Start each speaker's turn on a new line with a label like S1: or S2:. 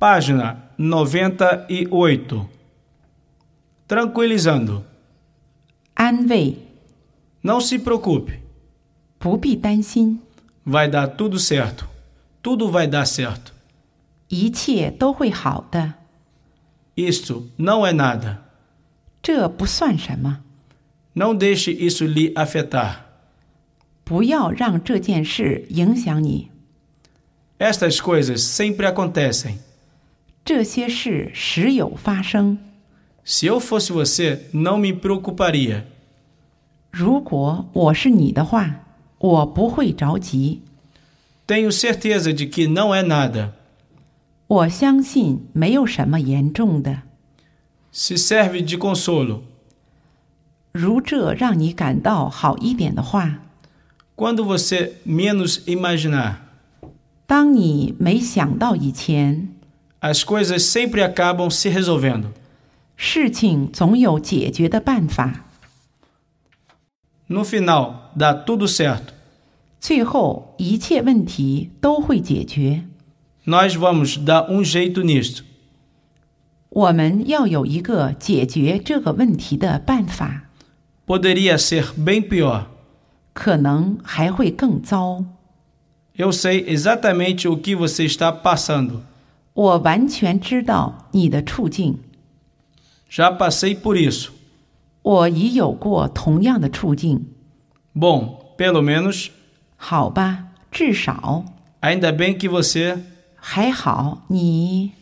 S1: Página 98. Tranquilizando.
S2: 安慰，
S1: Não se preocupe.
S2: 不必担心，
S1: Vai dar tudo certo. Tudo vai dar certo.
S2: 一切都会好的。
S1: Isto não é nada.
S2: 这不算什么，
S1: Não deixe isso lhe afetar.
S2: 不要让这件事影响你。
S1: Estas coisas sempre acontecem.
S2: 这些事时有发生。
S1: Se eu fosse você, não me preocuparia.
S2: 如果我是你的话，我不会着急。
S1: Tenho certeza de que não é nada.
S2: 我相信没有什么严重的。
S1: Se serve de consolo.
S2: 如这让你感到好一点的话，
S1: Quando você menos imaginar,
S2: 当你没想到以前，
S1: as coisas sempre acabam se resolvendo.
S2: 事情总有解决的办法，
S1: No final, dá tudo certo.
S2: 最后一切问题都会解决。
S1: Nós vamos dar um jeito nisto.
S2: 我们要有一个解决这个问题的办法，
S1: Poderia ser bem pior.
S2: 可能还会更糟。
S1: Eu sei exatamente o que você está passando.
S2: 我完全知道你的处境，
S1: Já passei por isso.
S2: 我已有过同样的处境。
S1: Bom, pelo menos,
S2: 好吧，至少
S1: ainda bem que você
S2: 还好你。